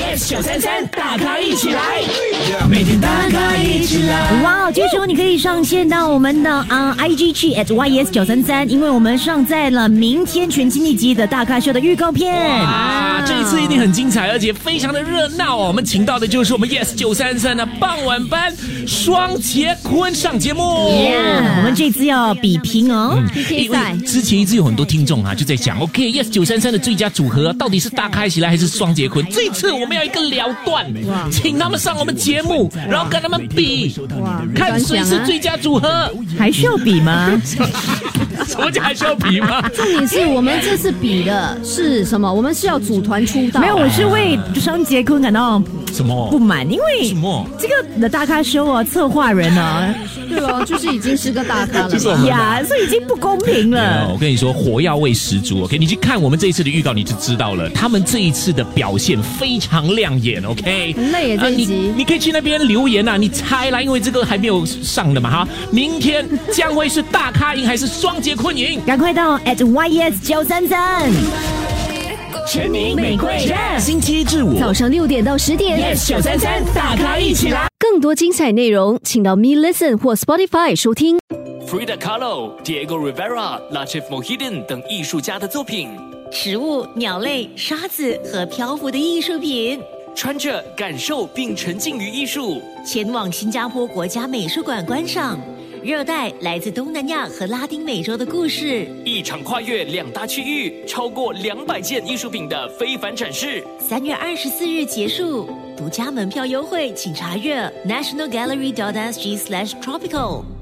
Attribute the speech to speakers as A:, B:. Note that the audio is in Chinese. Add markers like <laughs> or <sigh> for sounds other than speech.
A: yes 九三三，大咖一起来，每天大咖一起来。
B: 哇哦！这时候你可以上线到我们的啊、呃 IG 去 at yes 九三三，因为我们上载了明天全新一集的大咖秀的预告片。
A: 啊，这一次一定很精彩，而且非常的热闹哦。我们请到的就是我们 Yes 九三三的傍晚班双杰坤上节目。
B: Yeah，我们这次要比拼哦。
A: 因为之前一直有很多听众啊就在讲，OK Yes 九三三的最佳组合到底是大开起来还是双杰坤？这一次我们要一个了断，请他们上我们节目，然后跟他们比，看谁是最佳组合。
B: 还需要比
C: <laughs>
B: 吗？
A: 什么叫还需要比 <laughs> 吗？
D: 重点是我们这次比的是什么？我们是要组团出道。
B: 没有，我是为双杰坤感到
A: 什么
B: 不满，因为
A: 什么
B: 这个的大咖秀哦，策划人哦，
D: 对哦，就是已经是个大咖了
A: 就是我
D: 嘛。
A: 们
B: 呀，所以已经不公平
A: 呃，
D: 嗯
B: 了。
A: 我跟你说，火药味十足。OK，你去看我们这一次的预告，你就知道了。他们这一次的表现非常亮眼。OK，啊
D: 很累耶这一集
A: 你你可以去那边留言啊，你猜啦，因为这个还没有上的嘛哈。明天将会是大咖赢还是双杰坤赢？
B: 赶快到 at yes 九三三。
A: 全民
B: 玫瑰战
A: 星期一至五
D: 早上六点到十点
A: Yes 933大咖一起来。
D: 更多精彩内容，请到 Me Listen 或 Spotify 收听。
E: Frida Kahlo、Diego Rivera、Latif Mohidin 等艺术家的作品，
C: 食物、鸟类、沙子和漂浮的艺术品。
E: 穿着感受并沉浸于艺术。
C: 前往新加坡国家美术馆观赏热带来自东南亚和拉丁美洲的故事。
E: 一场跨越两大区域、超过两百件艺术品的非凡展示。
C: 三月二十四日结束，独家门票优惠，请查阅 nationalgallery.sg/tropical。